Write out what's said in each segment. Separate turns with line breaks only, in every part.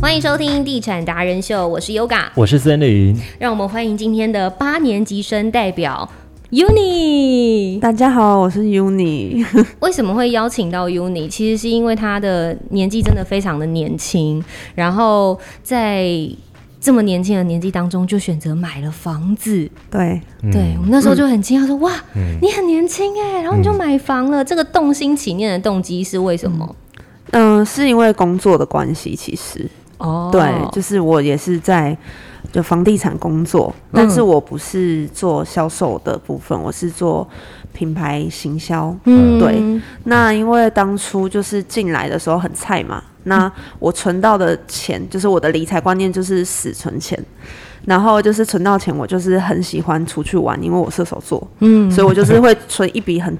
欢迎收听《地产达人秀》，我是 Yoga，
我是森林。
让我们欢迎今天的八年级生代表 Uni。
大家好，我是 Uni。
为什么会邀请到 Uni？其实是因为他的年纪真的非常的年轻，然后在这么年轻的年纪当中就选择买了房子。
对，
对
嗯
我们那时候就很
嗯
惊讶，说哇，你很年轻哎，然后你就买房了。这个动心起念的动机是为什么？
嗯、是因为工作的关系，其实
哦，
嗯对，就是我也是在就房地产工作，但是我不是做销售的部分，我是做品牌行销。
嗯
对那因为当初就是进来的时候很菜嘛，那我存到的钱，就是我的理财观念就是死存钱，然后就是存到钱，我就是很喜欢出去玩，因为我射手座，嗯，所以我就是会存一笔很。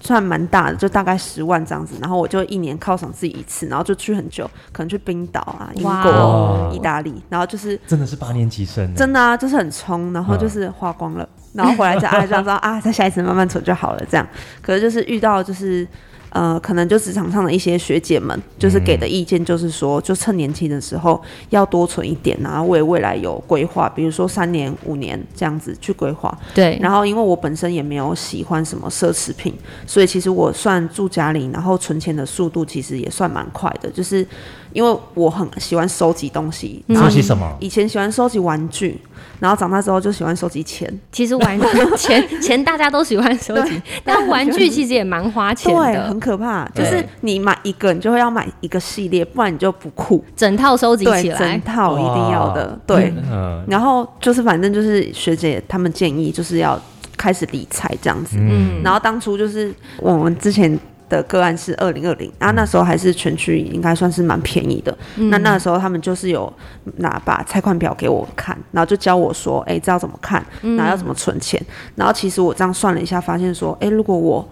算蛮大的，就大概十万这样子，然后我就一年犒赏自己一次，然后就去很久，可能去冰岛啊、英
哇
哦
国、意大利，然后就是
真的是八年级生，欸
真的啊，就是很冲，然后就是花光了，然后回来就啊，这样说啊，再下一次慢慢存就好了，这样。可是就是遇到就是呃，可能就职场上的一些学姐们，就是给的意见就是说，就趁年轻的时候要多存一点，然后为未来有规划，比如说三年、五年这样子去规划。
对，
然后因为我本身也没有喜欢什么奢侈品，所以其实我算住家里，然后存钱的速度其实也算蛮快的，就是因为我很喜欢收集东西，然后
收集什么？
以前喜欢收集玩具，然后长大之后就喜欢收集钱。
其实玩 钱钱大家都喜欢收集，但玩具其实也蛮花钱
对，
的
很，可怕。就
对
是你买一个，你就会要买一个系列，不然你就不酷。
整套收集
对
起，来
整。套一定要的。对，
嗯，
然后就是反正就是学姐他们建议就是要开始理财这样子。
嗯，
然后当初就是我们之前的个案是二零二零啊，那时候还是全区应该算是蛮便宜的。那那时候他们就是有拿把拆款表给我看，然后就教我说，哎、这要怎么看，然后要怎么存钱。然后其实我这样算了一下，发现说，哎、如果我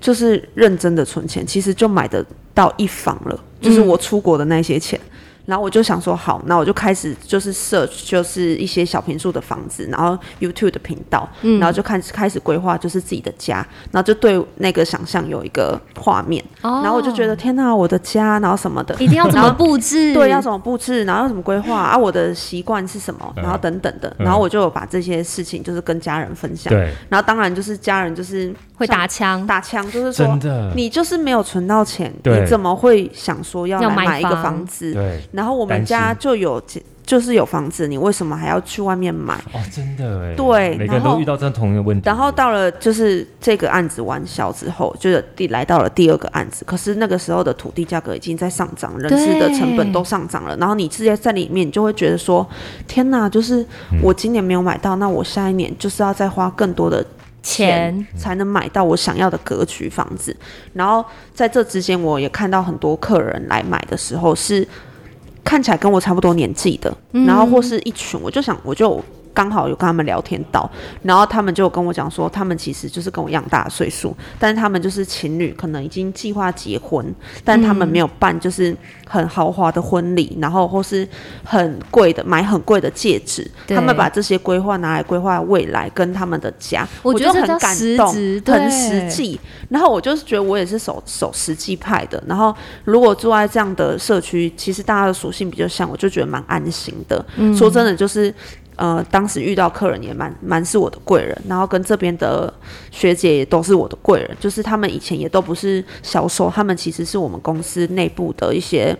就是认真的存钱，其实就买得到一房了，就是我出国的那些钱。然后我就想说，好，那我就开始就是 search，就是一些小平数的房子，然后 YouTube 的频道，
嗯
然后就开始开始规划，就是自己的家，然后就对那个想象有一个画面，
哦
然后我就觉得天呐，我的家，然后什么的，
一定要怎么
然后
布置？
对，要怎么布置，然后要怎么规划啊？我的习惯是什么？
嗯
然后等等的，然后我就有把这些事情就是跟家人分享。
对，
然后当然就是家人就是
会
像
打枪。
打枪，就是说
真的，
你就是没有存到钱，
对
你怎么会想说要
要
来
买
买一个
房
房子？
对，
然后我们
担心
家就有就是有房子，你为什么还要去外面买？
哦，真的哎，
对
每个人
然
都
后
遇到这样同样的问题，
然后到了就是这个案子完销之后，就是第来到了第二个案子，可是那个时候的土地价格已经在上涨，人事的成本都上涨了。然后你直接在里面，你就会觉得说：天哪，就是
嗯
我今年没有买到，那我下一年就是要再花更多的
钱
才能买到我想要的格局房子。然后在这之间，我也看到很多客人来买的时候是看起来跟我差不多年纪的，
嗯
然后或是一群，我就想我就。刚好有跟他们聊天到，然后他们就跟我讲说，他们其实就是跟我一样大的岁数，但是他们就是情侣，可能已经计划结婚，但他们没有办就是很豪华的婚礼，然后或是很贵的买很贵的戒指，
对
他们把这些规划拿来规划未来跟他们的家，
我觉
觉
得这
很
叫
感
实
动
质，对
很实际。然后我就是觉得我也是走走实际派的。然后如果住在这样的社区，其实大家的属性比较像，我就觉得蛮安心的。说真的，就是。呃，当时遇到客人也蛮蛮是我的贵人，然后跟这边的学姐也都是我的贵人，就是他们以前也都不是销售，他们其实是我们公司内部的一些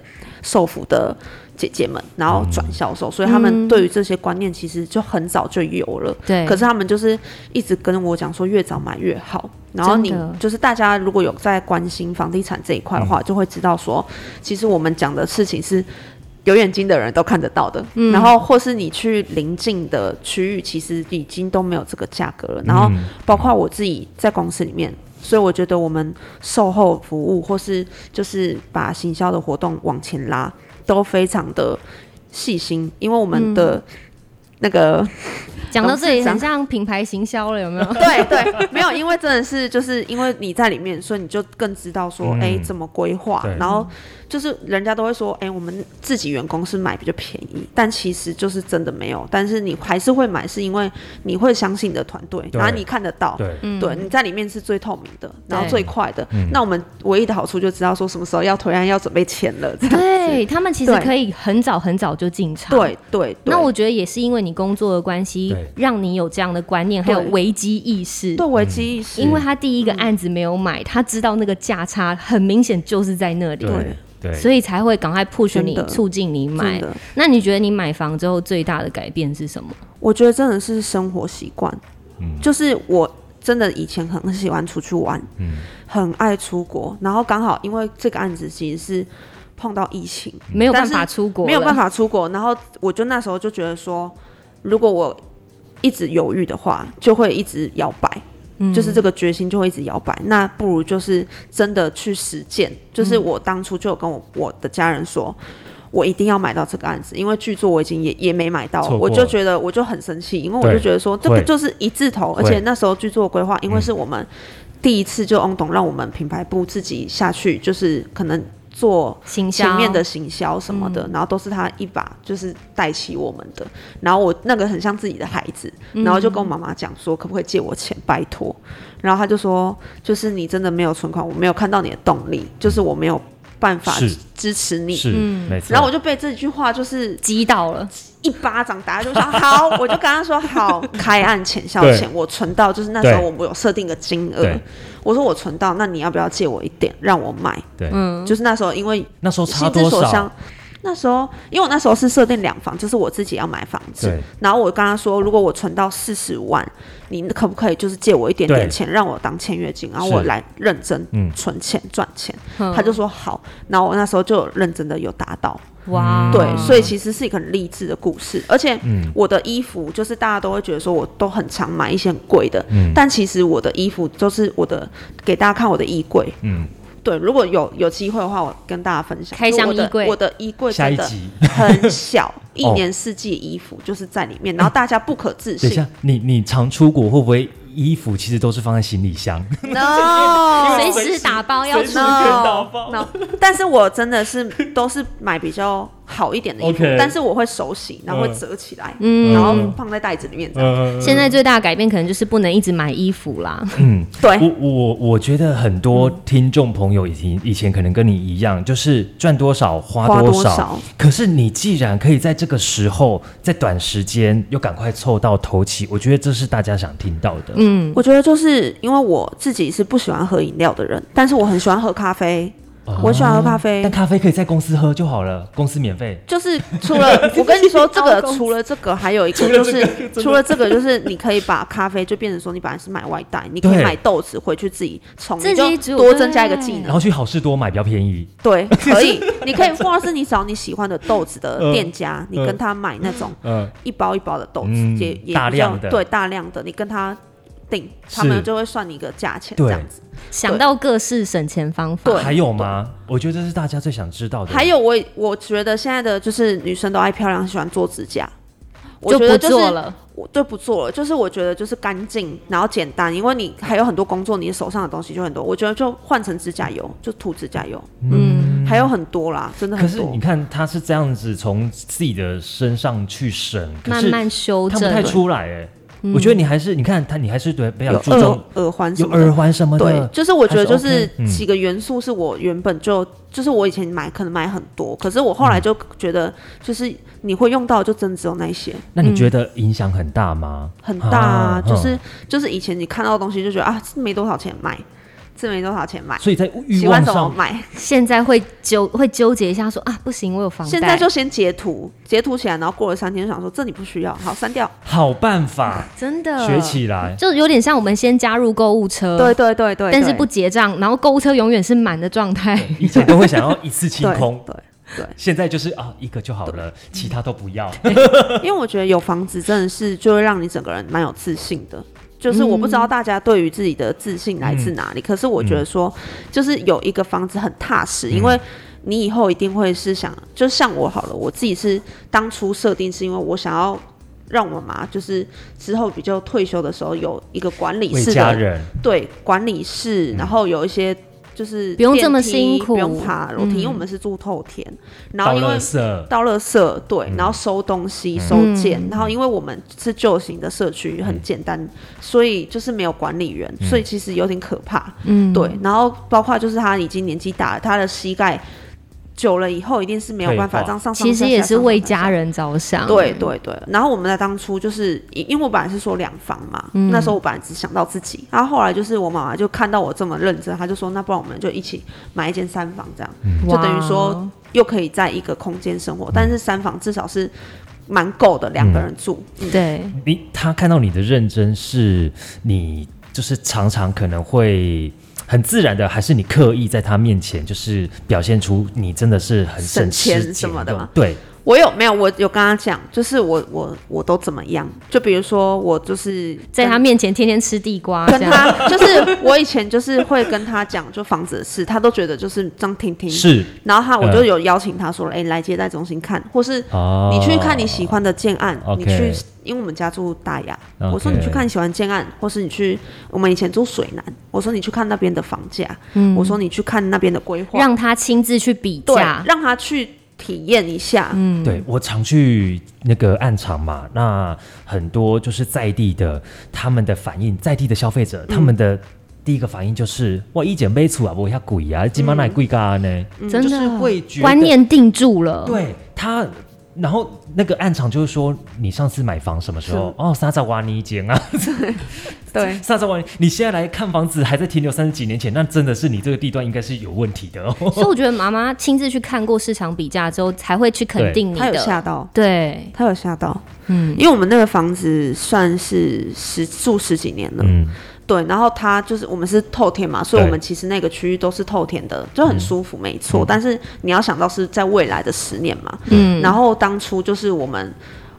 受服的姐姐们，然后转销售，所以他们对于这些观念其实就很早就有了。
对，
可是他们就是一直跟我讲说，越早买越好。然后你
真的嗯
就是大家如果有在关心房地产这一块的话，就会知道说，其实我们讲的事情是有眼睛的人都看得到的。
嗯
然后或是你去邻近的区域，其实已经都没有这个价格了。然后
嗯
包括我自己在公司里面。所以我觉得我们售后服务，或是就是把行销的活动往前拉，
嗯
都非常的细心，因为我们的那个
讲到这里
董事长
很像品牌行销了，有没有？
对对，没有，因为真的是就是因为你在里面，所以你就更知道说，
嗯
哎、怎么规划
对。
然后就是人家都会说，哎、我们自己员工是买比较便宜，但其实就是真的没有。但是你还是会买，是因为你会相信你的团队，
对
然后你看得到。
对，
嗯
对，你在里面是最透明的，然后
对
最快的
嗯。
那我们唯一的好处就知道说什么时候要推案，要准备钱了。这样
对他们其实
对
可以很早很早就进场。
对对，
那
对
我觉得也是因为你工作的关系
对，
让你有这样的观念，还有
对
危机意
嗯
识。
对嗯危机意识，
因为他第一个案子没有买，他知道那个价差很明显就是在那里，
对对，
所以才会赶快 push 你
真，的
促进你买
真。的，
那你觉得你买房之后最大的改变是什么？
我觉得真的是生活习惯，
嗯
就是我真的以前很喜欢出去玩，
嗯
很爱出国，然后刚好因为这个案子其实是碰到疫情，
没有办法
但
出国，
没有办。法出国，然后我就那时候就觉得说，如果我一直犹豫的话，就会一直摇摆。
嗯
就是这个决心就会一直摇摆，那不如就是真的去实践。就是我当初就有跟我我的家人说，我一定要买到这个案子，因为剧作我已经也也没买到，
错过
我
了
就觉得我就很生气，因为我
对嗯
就觉得说这不
会
就是一字头，而
会
且那时候剧作规划，因为是我们第一次就翁董让我们品牌部自己下去，就是可能做
行销
前面的行销什么的，
嗯
然后都是他一把就是带起我们的。然后我那个很像自己的孩子，
嗯
然后就跟我妈妈讲说，可不可以借我钱，拜托。然后他就说，就是你真的没有存款，我没有看到你的动力，就是我没有办法
是
支持你。嗯
是没错。
然后我就被这句话就是
击到了，
一巴掌打下去，我说好，我就跟他 说好，开案前销
对
前我存到，就是那时候
对
我们有设定个金额
对，
我说我存到，那你要不要借我一点让我买？
对，
嗯，
就是那时候因为
那时候差
心之
多
所向
少？。
那时候，因为我那时候是设定两房，就是我自己要买房子
对，
然后我跟他说，如果我存到四十万，你可不可以就是借我一点
对
点钱，让我当签约金，然后我
是
来认真
嗯
存钱赚钱？
嗯
他就说好，然后我那时候就有认真的有达到，
哇，
对，所以其实是一个很励志的故事，而且
嗯
我的衣服就是大家都会觉得说我都很常买一些很贵的，
嗯
但其实我的衣服都是我的给大家看我的衣柜，
嗯，
对，如果有有机会的话，我跟大家分享
开箱
就我的
衣柜
我的衣柜
下
真
一
的
集。哦
很小， 一年四季衣服就是在里面，然后大家不可置
等一
信
下，你你常出国会不会衣服其实都是放在行李箱？
，no
随时打包要
哦随时
出
随时
国，
打
no
包
no，但是我真的是都是买比较好一点的衣服
OK，
但是我会手洗，然后会
嗯
折起来，
嗯
然后放在袋子里面这样，
呃，
现在最大的改变可能就是不能一直买衣服啦。
嗯，
对
我我我觉得很多
嗯
听众朋友以前以前可能跟你一样，就是赚多少花
花
多
多
少。
少
可是你既然可以在这个时候，在短时间又赶快凑到头期，我觉得这是大家想听到的。嗯，
我觉得就是因为我自己是不喜欢喝饮料的人，但是我很喜欢喝咖啡，我喜欢喝咖啡
哦但，咖啡可以在公司喝就好了，公司免费。
就是除 了我跟你说这个，除了这个还有一个就是，除了这个就是你可以把咖啡就变成说你本来是买外带，你可以
对
买豆子回去自己冲，
自
你
己
就
煮
多增加一个技
然
能。
后去好事多买比较便宜。
对， 可以，你可以或者是你找你喜欢的豆子的店家，你跟他买那种
嗯，
一包一包的豆子，
嗯
也也比较
大量的
对大量的，你跟他定，
是
他们就会算你一个价钱
对啊
这样子。
想到各式省钱方法，
对
还有吗？我觉得这是大家最想知道的。
还有我也我觉得现在的就是女生都爱漂亮，喜欢做指甲，我
就
觉
不
得就是
做了。
我就不做了，就是我觉得就是干净，然后简单，因为你还有很多工作，你手上的东西就很多。我觉得就换成指甲油，就涂指甲油，
嗯，
还有很多啦，真的
可
很
是
多
你。看，他是这样子从自己的身上去审，可
慢
是
慢修
看不太
正。
出来哎。我觉得你还是，你看他，你还是对比较
有
注重
耳耳环什
有
么
耳
的，
环什么
对
的，，
就是我觉得就是
嗯
几个元素是我原本就就是我以前买可能买很多，可是我
嗯
后来就觉得就是你会用到就真的只有那一些，
那你觉得影响很大吗？
很大啊，
嗯
就是就是以前你看到的东西就觉得啊，这没多少钱买，这没多少钱买，
所以在欲
喜
望
欢什么
上，
买，
现在会纠会纠结一下说啊，不行，我有房贷。
现在就先截图，截图起来，然后过了三天就想说这你不需要，好删掉。
好办法
真的
学，起
嗯
来，
就有点像我们先加入购物
呃
车，
对对对对，
但是不结账，然后购物车永远是满的状态。
以前都会想要一次清
对
空，
对。
现在就是啊一个就好了，其他都不要。
对因为我觉得有房子真的是就会让你整个人蛮有自信的。就是我不知道大家对于自己的自信来自哪里，
嗯
可是我觉得说，就是有一个房子很踏实，
嗯
因为你以后一定会是想，就像我好了，我自己是当初设定是因为我想要让我妈就是之后比较退休的时候有一个管理
为
室
家
的，
人，
对管理室，
嗯
然后有一些就是
不用这么
电梯
辛苦
不用爬楼梯，
嗯
因为我们是住透天，然
倒
后因为
垃圾，
到垃圾，对，
嗯
然后收东西、收件，
嗯
然后因为我们是旧型的社区，很简单，所以就是没有管理员，
嗯
所以其实有点可怕，
嗯，
对。然后包括就是他已经年纪大了，他的膝盖久了以后一定是没有办法
退化
这样上上下下
其实也是为家。
上上下下
人着想，欸
对，对对，然后我们在当初就是，因因为我本来是说两房嘛，
嗯
那时候我本来只想到自己，然后后来就是我妈妈就看到我这么认真，她就说那不然我们就一起买一间三房这样，
嗯
就等于
哦
说又可以在一个空间生活，但是三房至少是蛮够的，两个人住。嗯
哇，对，
你他看到你的认真是你就是常常可能会很自然的，还是你刻意在他面前就是表现出你真的是很省
省钱
吃俭
什么的
用
吗
对，
我有没有？我有跟她讲，就是我我我都怎么样？就比如说我就是
在
跟
他面前天天吃地瓜，
跟
这样
她，就是我以前就是会跟她讲就房子的事，她都觉得就是这样听听。
是
然后他我
嗯
就有邀请他说，哎、来接待中心看，或是
哦，
你去看你喜欢的建案，
OK
你去，因为我们家住大雅
OK
我说你去看你喜欢建案，或是你去，我们以前住水南，我说你去看那边的房价，我说你去看那边的规划，
嗯让他亲自去比
对
价，
让他去体验一下，
嗯
对我常去那个暗场嘛，那很多就是在地的他们的反应，在地的消费者、他
嗯
们的第一个反应就是哇，一剪杯醋啊，我要贵啊，今晚奶
嗯
贵咖呢，
真的啊
就是会觉得
观念定住了，
对他。然后那个暗场就是说，你上次买房什么时候？哦，沙扎瓦尼剪啊，
对。
沙扎瓦尼，你现在来看房子还在停留三十几年前，那真的是你这个地段应该是有问题的 哦。
所以我觉得妈妈亲自去看过市场比价之后，才会去肯定你
他有吓
的。
到，
对，
他有吓到，
嗯，
因为我们那个房子算是十住十几年了，
嗯，
对，然后它就是我们是透天嘛，所以
对嗯
我们其实那个区域都是透天的，就很舒服，没错。但是你要想到是在未来的十年嘛，
嗯
然后当初就是我们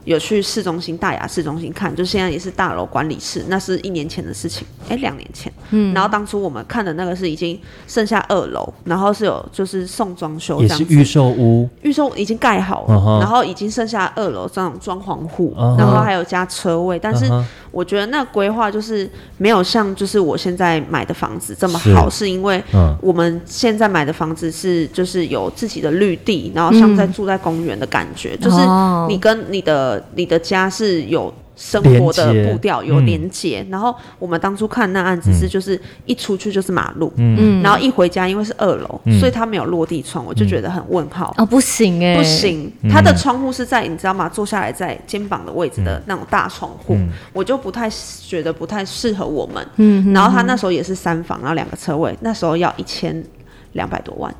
有去市中心大雅市中心看，就现在也是大楼管理室，那是一年前的事情，哎，两年前。嗯，然后当初我们看的那个是已经剩下二楼，然后是有就是送装修
嗯也
这样
是
子。
预售屋，
预售已经盖好了
嗯哼
然后已经剩下二楼这种装潢户
嗯哼
然后还有加车位，但是
嗯哼
我觉得那规划就是没有像就是我现在买的房子这么好，是因为
嗯
我们现在买的房子是就是有自己的绿地，然后像
嗯
在住在公园的感觉，就是
哦
你跟你的你的家是有。生活的
连接
步调有
嗯
连接，然后我们当初看那案子是就是一出去就是马路，
嗯，
然后一回家因为是二楼，
嗯
所以它没有落地窗，我就觉得很问号。
哦，不行哎、
不，行，它的窗户是在你知道吗？坐下来在肩膀的位置的那种大窗户，我就不太觉得不太适合我们。
嗯，
然后他那时候也是三房，然后两个车位，那时候要一千两百多万，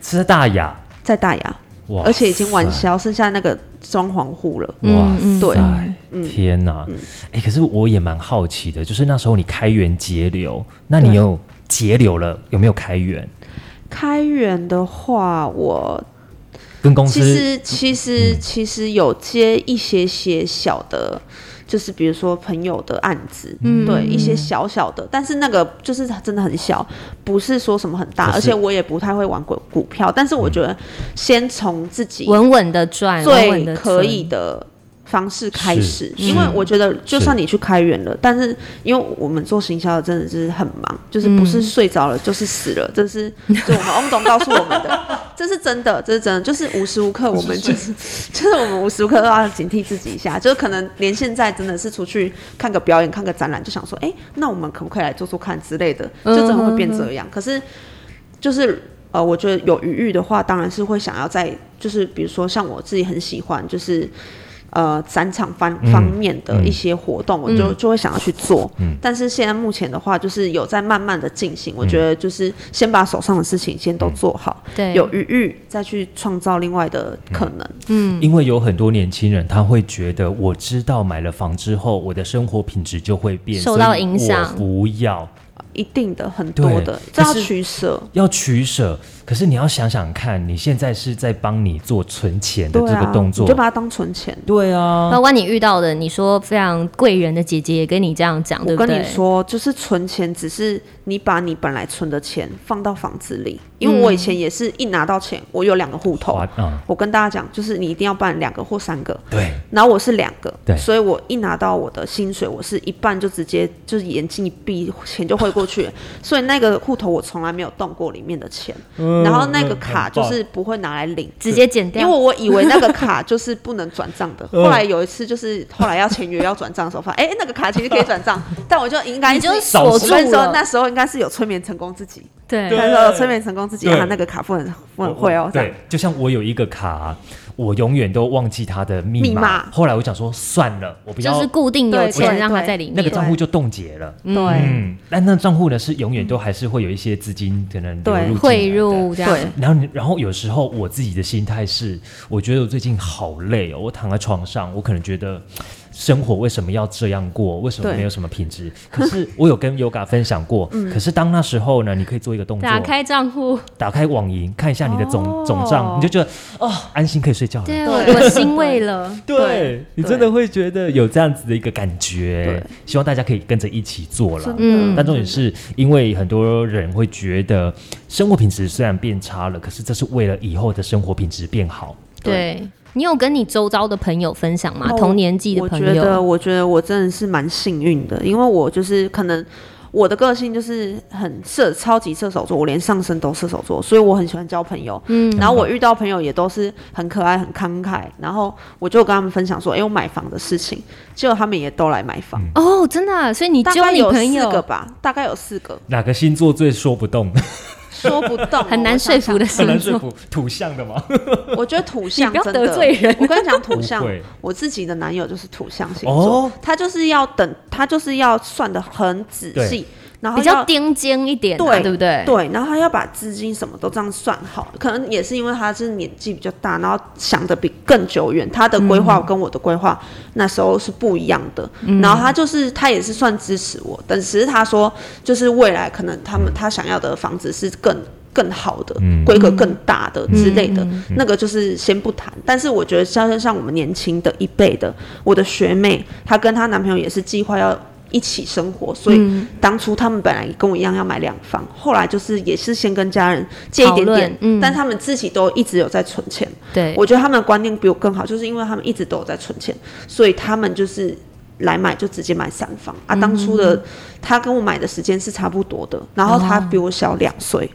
是在大雅，
在大雅，
哇
而且已经完
塞
销，剩下那个装潢户了。
哇
嗯
塞，
嗯
天哪、哎、可是我也蛮好奇的，就是那时候你开源节流，那你有节流了，有没有开源？
开源的话，我
跟公
其
司嗯
实其实其实有接一些些小的，就是比如说朋友的案子，
嗯
对一些小小的，但是那个就是真的很小，不是说什么很大，
可是嗯
而且我也不太会玩股股票，但是我觉得先从自己
稳稳的赚，稳稳
最
的
可以的。方式开始，
是
因为
是
我觉得，就算你去开源了，但是因为我们做行销的真的是很忙，就是不
嗯
是睡着了、就是死了，这是就我们翁董告诉我们的， 这是真的，这是真的，就是无时无刻我们就是就是我们无时无刻都要警惕自己一下，就是可能连现在真的是出去看个表演、看个展览，就想说，哎、那我们可不可以来做做看之类的，就真的会
嗯
变这样。可是就是呃，我觉得有余裕的话，当然是会想要在就是比如说像我自己很喜欢就是。呃，展场方
嗯
方面的一些活动，我就就会想要去做。
嗯
但是现在目前的话，就是有在慢慢的进行。我觉得就是先把手上的事情先都
嗯
做好，
对
有余裕再去创造另外的
嗯
可能。
嗯
因为有很多年轻人他会觉得，我知道买了房之后，我的生活品质就会变，
受到
所以
影响
我不要
一定的很多的，这
对
要
可是
取舍。
要取舍。可是你要想想看，你现在是在帮你做存钱的
对
这
啊
个，动作，
你就把它当存钱。
对啊，
包括你遇到的，你说非常贵人的姐姐也跟你这样讲，对
我
不
跟
对？
你说，就是存钱，只是你把你本来存的钱放到房子里。因
嗯
为我以前也是一拿到钱，我有两个户头
花。嗯，
我跟大家讲，就是你一定要办两个或三个。
对，
然后我是两个，
对
所以我一拿到我的薪水，我是一半就直接就是眼睛一闭，钱就汇 过去，所以那个户头我从来没有动过里面的钱，
嗯
然后那个卡就是不会拿来领。
直接剪
因
掉，
为我以为那个卡就是不能转账 的，
嗯
后来有一次就是后来要签约要转账的时候，发现哎、那个卡其实可以转账，但我就应该
你就是锁
我
住
跟你说
了，
那时候应该是有催眠成功自己，
对
对
他说有催眠成功自己，
对
啊那个卡不能不能汇哦，这样
对，就像我有一个卡，我永远都忘记它的密码。
密码
后来我想说，算了，我不要、
就是固定有
对
钱
对
让他
对
在里面。
那个账户就冻结了。
对
嗯，但那账户呢是永远都还是会有一些资金可能流入
对
进来
汇
的
入这样，
对
然后你，然后有时候我自己的心态是，我觉得我最近好累哦，我躺在床上，我可能觉得生活为什么要这样过？为什么
对
没有什么品质？可是我有跟 Yoga 分享过，可是当那时候呢，你可以做一个动作，
打啊开账户，
打开网银看一下你的总、
哦
总账，你就觉得哦，安心可以睡觉了。
对我
对
我欣慰了。
对
对
你真的会觉得有这样子的一个感觉，希望大家可以跟着一起做了。
嗯
但重点是因为很多人会觉得生活品质虽然变差了，可是这是为了以后的生活品质变好。
对你有跟你周遭的朋友分享吗？
哦
啊同年纪的
我
朋
觉得，
友，
我觉得我真的是蛮幸运的，因为我就是可能我的个性就是很射，超级射手座，我连上身都射手座，所以我很喜欢交朋友。
嗯
然后我遇到朋友也都是很可爱、很慷慨，然后我就跟他们分享说：“哎、我买房的事情。”结果他们也都来买房，
哦，真的啊、所以你
大
交
概
你
有
朋
四个
友
吧，大概有四个，
哪个星座最说不 动？
说不 动、哦
很难说服
的。
的
很
星
难说
座，
服土象的吗？
我觉得土象
你不要
真的
得罪人
我跟你讲，土
不
象
会，
我自己的男友就是土象星座，
哦
他就是要等，他就是要算的很仔细，然后
比较
要
盯尖一点、啊，
对
对不对？
对，然后他要把资金什么都这样算好。可能也是因为他是年纪比较大，然后想的比更久远，他的规
嗯
划跟我的规划那时候是不一样的。然后他就是他也是算支持我，但只是他说就是未来可能他们他想要的房子是更。更好的
嗯
规格更大的之类的，
嗯
那个就是先不谈。但是我觉得像像我们年轻的一辈的，我的学妹，她跟她男朋友也是计划要一起生活，所以
嗯
当初他们本来跟我一样要买两房，后来就是也是先跟家人借一点
讨
点
论，嗯
但他们自己都一直有在存钱。
对，
我觉得他们的观念比我更好，就是因为他们一直都有在存钱，所以他们就是来买就直接买三房
嗯
啊。当初的、他跟我买的时间是差不多的，然后
哦
他比我小两岁，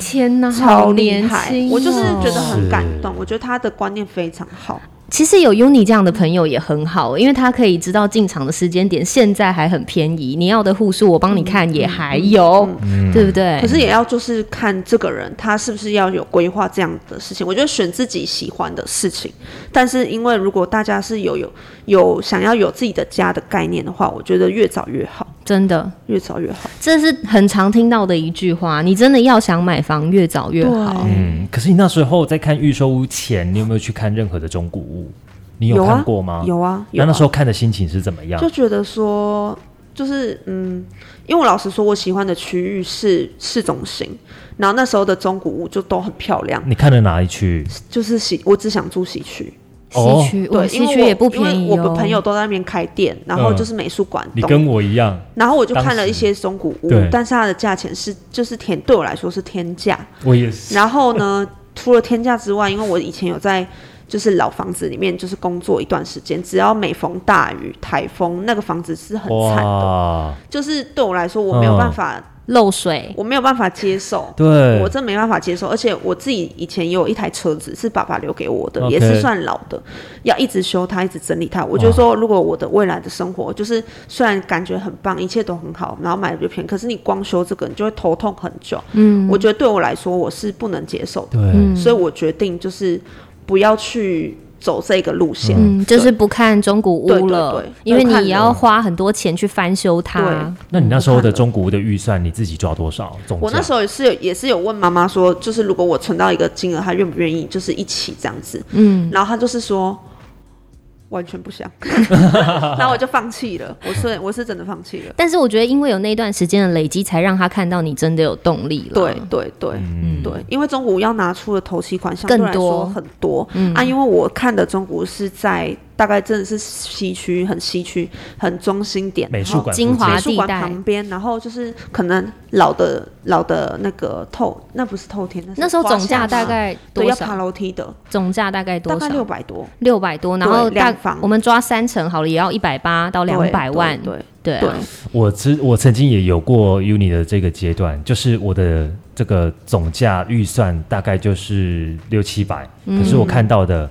天哪，好
超厉
年
害
轻、哦！，
我就是觉得很感
是
动。我觉得他的观念非常好，
其实有 Uni 这样的朋友也很好，因为他可以知道进场的时间点，现在还很便宜，你要的户数我帮
嗯
你看也还有，
嗯
对不对？
可是也要就是看这个人他是不是要有规划这样的事情。我觉得选自己喜欢的事情，但是因为如果大家是有有有想要有自己的家的概念的话，我觉得越早越好，
真的，
越早越好。
这是很常听到的一句话，你真的要想买房，越早越好。
嗯，可是你那时候在看预售屋前，你有没有去看任何的中古屋？你
有
看过吗？
啊，。有啊，有
那
啊
那时候看的心情是怎么样
就？觉得说，就是嗯，因为我老实说，我喜欢的区域是市中心，然后那时候的中古屋就都很漂亮，
你看了哪一区？
就是喜，我只想住喜区。
哦
西区，哇
对，因
西
为
区
我
也不便宜
因为我
哦。
们朋友都在那边开店，然后就是美术馆、
嗯你
懂
跟我一样，
然后我就
当
看了
时
一些中古屋
对，
但是它的价钱是就是天对我来说是天价。
我也是。
然后呢， 除了天价之外，因为我以前有在就是老房子里面就是工作一段时间，只要每逢大雨、台风，那个房子是很惨的。
哇，
就是对我来说，我没有办法，
漏水，
我没有办法接受。
对，
我真没办法接受，而且我自己以前也有一台车子是爸爸留给我的
OK
也是算老的，要一直修它，一直整理它。我就说，如果我的未来的生活就是虽然感觉很棒，一切都很好，然后买的就便宜，可是你光修这个，你就会头痛很久。
嗯，
我觉得对我来说，我是不能接受的，
对，
所以我决定就是不要去走这个路线，
嗯，就是不看中古
对
屋
对
了，
对
因为
不看
你
了
也要花很多钱去翻修它
对。
那你那时候的
我看了
中古屋的预算你自己抓多少？总
嗯我那时候也是有也是有问妈妈说，就是如果我存到一个金额，她愿不愿意就是一起这样子？
嗯，
然后她就是说，完全不 想，然后我就放弃了。我是我是真的放弃了。
但是我觉得，因为有那段时间的累积，才让他看到你真的有动力了。
对对对、
嗯
对，因为中古要拿出的头期款相对
更
来
多嗯
说很多啊，因为我看的中古是在大概真的是西区，很西区，很中心点，
美
然
术
后
馆
精
附近
华
美术馆
地带
旁边，然后就是可能老的老的那个透，那不是透天，那
那
那
时候总价大概
对
多
要爬
少？
楼梯的，
总价大概
大
多
概六
少？
百多，
六百多，然后
对
大
两房
我们抓三成好了，也要一百八到两百万。
对
对
对
啊
对
我之我曾经也有过 uni 的这个阶段，就是我的这个总价预算大概就是六七百，
嗯
可是我看到的，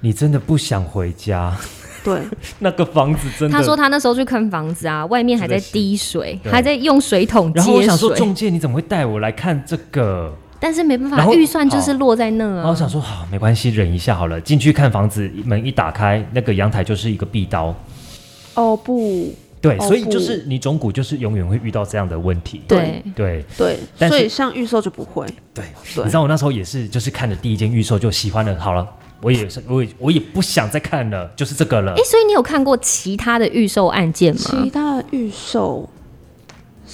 你真的不想回家，
对
那个房子真的。
他说他那时候去看房子啊，外面还在滴水，
对
还在用水桶
然后我
接
想说，
水，
中介你怎么会带我来看这个？
嗯
但是没办
然
法，
后
预算就是落在那
然后我
啊。
想说，好，没关系，忍一下好了。进去看房子，门一打开，那个阳台就是一个壁刀，
哦不
对，
哦
所以就
不
是你中古就是永远会遇到这样的问题。
对，
对，
对，
但是嗯
所以像预售就不会，
对，
对
你知道我那时候也是，就是看了第一间预售就喜欢了，好了，我也是，我也我也不想再看了，就是这个了
哎，。所以你有看过其他的预售案件吗
其？他的预售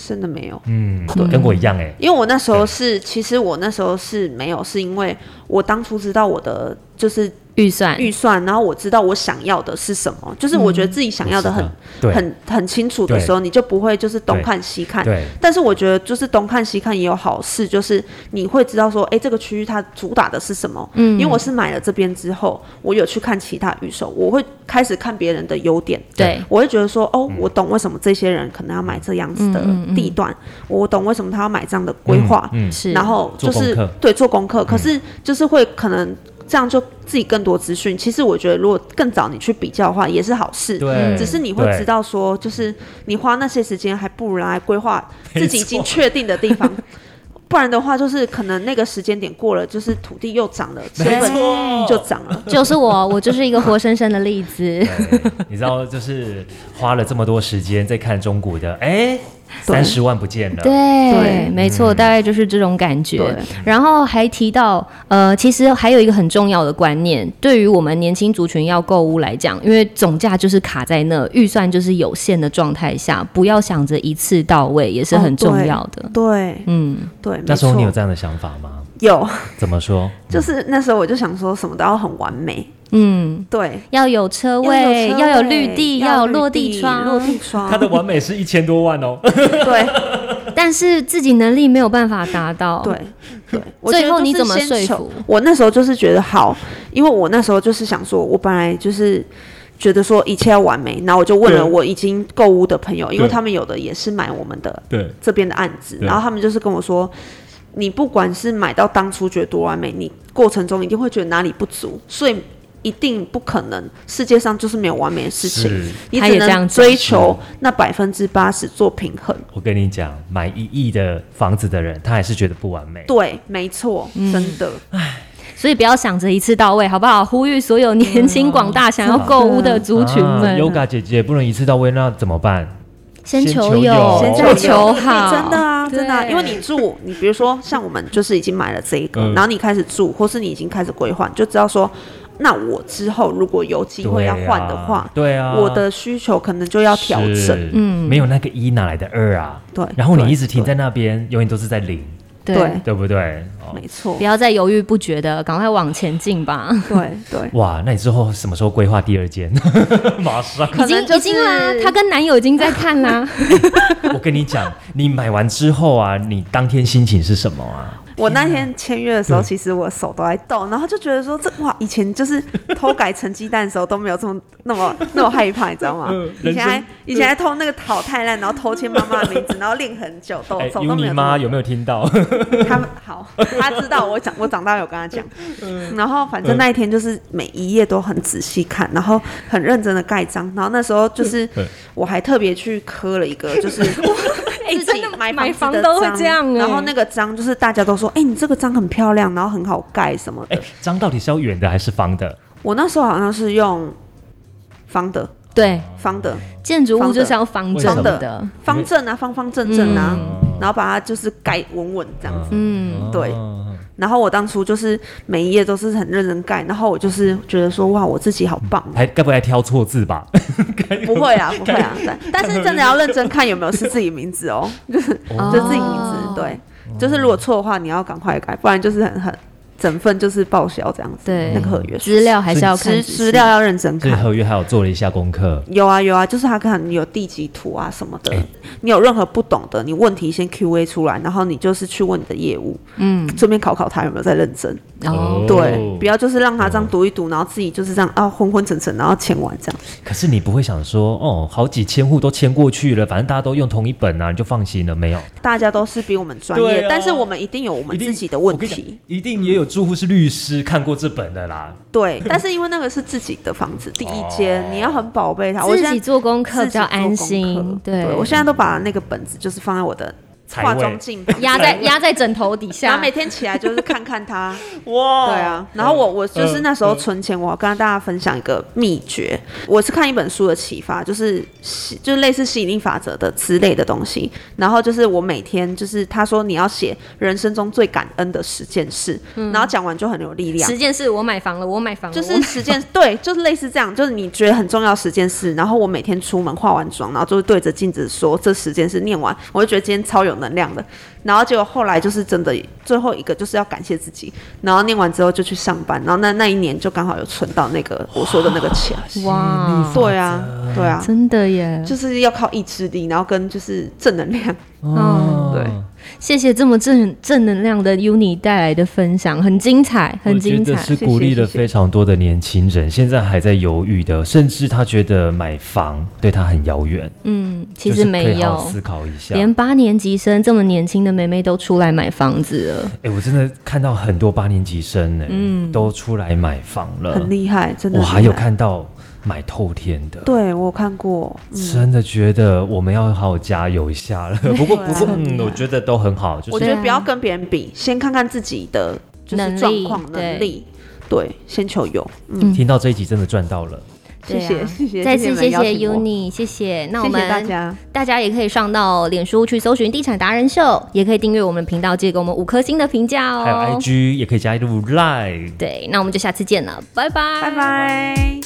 真的没有。
嗯，跟我一样哎、
因为我那时候是，其实我那时候是没有，是因为我当初知道我的就是
预算
预算，然后我知道我想要的是什么，就是我觉得自己想要的很、
嗯对
很很清楚的时候，你就不会就是东看西看。
对
但是我觉得就是东看西看也有好事，就是你会知道说，哎、这个区域它主打的是什么。嗯，因为我是买了这边之后，我有去看其他预售，我会开始看别人的优点。
对
我会觉得说，哦，
嗯
我懂为什么这些人可能要买这样子的地段，我懂为什么他要买这样的规划。
嗯，
是，
然后就
做功
是
课嗯
对做功课，可是就是会可能这样就自己更多资讯。其实我觉得，如果更早你去比较的话，也是好事。
对，嗯
只是你会
对
知道说，就是你花那些时间，还不如拿来规划
没
自己已经确定的地 方。不然的话，就是可能那个时间点过了，就是土地又涨了，成
没
本
错
就涨了。
就是我，我就是一个活生生的例子。
对你知道，就是花了这么多时间在看中古的，哎、三十万不见了，
对，
对嗯
没错，大概就是这种感觉
对。
然后还提到，呃，其实还有一个很重要的观念，对于我们年轻族群要购物来讲，因为总价就是卡在那，预算就是有限的状态下，不要想着一次到位，也是很
哦
重要的。
对
嗯，
对，没
那时候你有
错，
这样的想法吗？
有，
怎么说？
就是那时候我就想说什么都要很完美。嗯，对，
要有车位，
车
要有
位
绿地，
要
有
绿
落地窗，
落地窗，
它的完美是一千多万哦，
对。
但是自己能力没有办法达到。
对，哦对，我
嗯最
觉得
后
就
你
是
怎么
先
说
求
服
我那时候就是觉得好，因为我那时候就是想说，我本来就是觉得说一切要完美，然后我就问了
对
我已经购物的朋友，因为
对
他们有的也是买我们的
对，
这边的案子，
对
然后他们就是跟我说。你不管是买到当初觉得多完美，你过程中一定会觉得哪里不足，所以一定不可能。世界上就是没有完美的事情
是，
你
他
只
也这样讲
能追求那百分之八十做平衡。
我跟你讲，买一亿的房子的人，他还是觉得不完美。
对，没错，
嗯
真的。
所以不要想着一次到位，好不好？呼吁所有年
嗯
轻广大想要购物的族群们
啊、，Yoga 姐姐不能一次到位，那怎么办？
先
先
求
求
有，
有
先
再
求
求好，
真的啊，真的啊、
对
因为你住，你比如说像我们就是已经买了这一个，
嗯
然后你开始住，或是你已经开始规划，你就知道说，那我之后如果有机会要换的话，
对啊，对啊
我的需求可能就要调整。
是，嗯，没有那个一哪来的二啊？
对
然后你
对
一直停
对
在那边，永远都是在零，
对
对，
对不对？哦
没错
不，要再犹豫不决的，赶快往前进吧。
对对。
哇，那你之后什么时候规划第二 间？马上！
已
可
经
能就
已
是
经啦，她跟男友已经在看 啦。
我跟你讲，你买完之后啊，你当天心情是什么啊？
我那天签约的时候，
对
其实我手都在抖，然后就觉得说这哇，以前就是偷改成鸡蛋的时候都没有这么 那么那么害怕，你知道
哎
吗？以前还以前还偷那个讨太烂，然后偷签妈妈的名字，然后练很久，都手
哎有
哦都没
你
有这么
妈
抖
有没有听到？
他们好，他知道我长我长大有跟他讲，然后反正那一天就是每一页都很仔细看，然后很认真的盖章，然后那时候就是
嗯
我还特别去刻了一个，就 是
哎
自己
真的
买
买房
房子的
都会
章
这样哎
然后那个章就是大家都说，哎，你这个章很漂亮，然后很好盖什么
哎
的。，
章到底是要圆的还是方的？
我那时候好像是用方的
对，
方的
建筑物就是要方正
方
的
的，方正啊，方方正正啊，然后把它就是盖稳稳这样子。
嗯
对
哦
然后我当初就是每一页都是很认真盖，然后我就是觉得说哇，我自己好棒哦，
还该不该挑错字吧？
不会 啊，不会啊，但但是真的要认真看有没有是自己名字哦，
哦
就自己名字，对，就是如果错的话，你要赶快改，不然就是很很整份就是报销这样子，
对
那个合约
资料还是要看
资
仔
资
细
料要认真
这
看。
合约还有做了一下功课，
有啊有啊，就是他可能有地级图啊什么的
哎，
你有任何不懂的，你问题先 Q A 出来，然后你就是去问你的业务，
嗯，
顺便考考他有没有在认真。
哦
哦，
对，不要就是让他这样
哦
读一读，然后自己就是这样啊昏昏沉沉，然后签完这样。
可是你不会想说，哦，好几千户都签过去了，反正大家都用同一本啊，你就放心了没有？
大家都是比我们专业，
对啊
但是我们一定有我们自己的问
我跟你
题
讲。一定也有住户是律师看过这本的啦。
对，但是因为那个是自己的房子，第一 间、你要很宝贝它。我现
自己
在
做功课
自
比
己
较
做
安
功
心
课。
对，
我现在都把那个本子就是放在我的
财
化
位
妆镜旁边
压 在压在枕头底
然
下
后每。天起来就是看看它。
哇
对啊，然后我我就是那时候存钱，我要跟大家分享一个秘诀。我是看一本书的启发，就是吸就是类似吸引力法则的之类的东西。然后就是我每天就是他说你要写人生中最感恩的十件事，然后讲完就很有力量
十。件事，我买房了，我买房了，
就
我
是十件， 对，就是类似这样，就是你觉得很重要十件事，然后我每天出门化完妆，然后就是对着镜子说这十件事念完，我就觉得今天超有能量的。然后结果后来就是真的最后一个就是要感谢自己，然后念完之后就去上班，然后那那一年就刚好有存到那个我说的那个钱。
哇，
对啊，对啊，
真的耶！
就是要靠意志力，然后跟就是正能量。
哦
对
谢谢这么正正能量的 Uni 带来的分享，很精彩，很精
我觉得
彩。
是鼓励了非常多的年轻人，现在还在犹豫的，甚至他觉得买房对他很遥远。
嗯，其
就
实
是可以
没
好好
有，
思考一下。
连八年级生这么年轻的妹妹都出来买房子了，
哎、我真的看到很多八年级生呢、
嗯
都出来买房了
很。厉害，真的
呃我
很
还
厉害。
有看到买透天的，
对我有看过，
真的觉得我们要好好加油一下了。不过，不过，嗯，我觉得都很好，就
我
是
觉
对
得
啊
不要跟别人比，先看看自己的就
能
是
力
状况能力。
对
对，先求有，
嗯
听到这一集真的赚到了。
谢谢
对啊
谢谢
再次谢谢
谢谢你们邀请我
Uni，谢谢。那我
谢
们
谢大家，
大家也可以上到脸书去搜寻“地产达人秀”，也可以订阅我们频道，记得给我们五颗星的评价哦。
还有 IG 也可以加入 Line。
对，那我们就下次见了，拜拜，
拜拜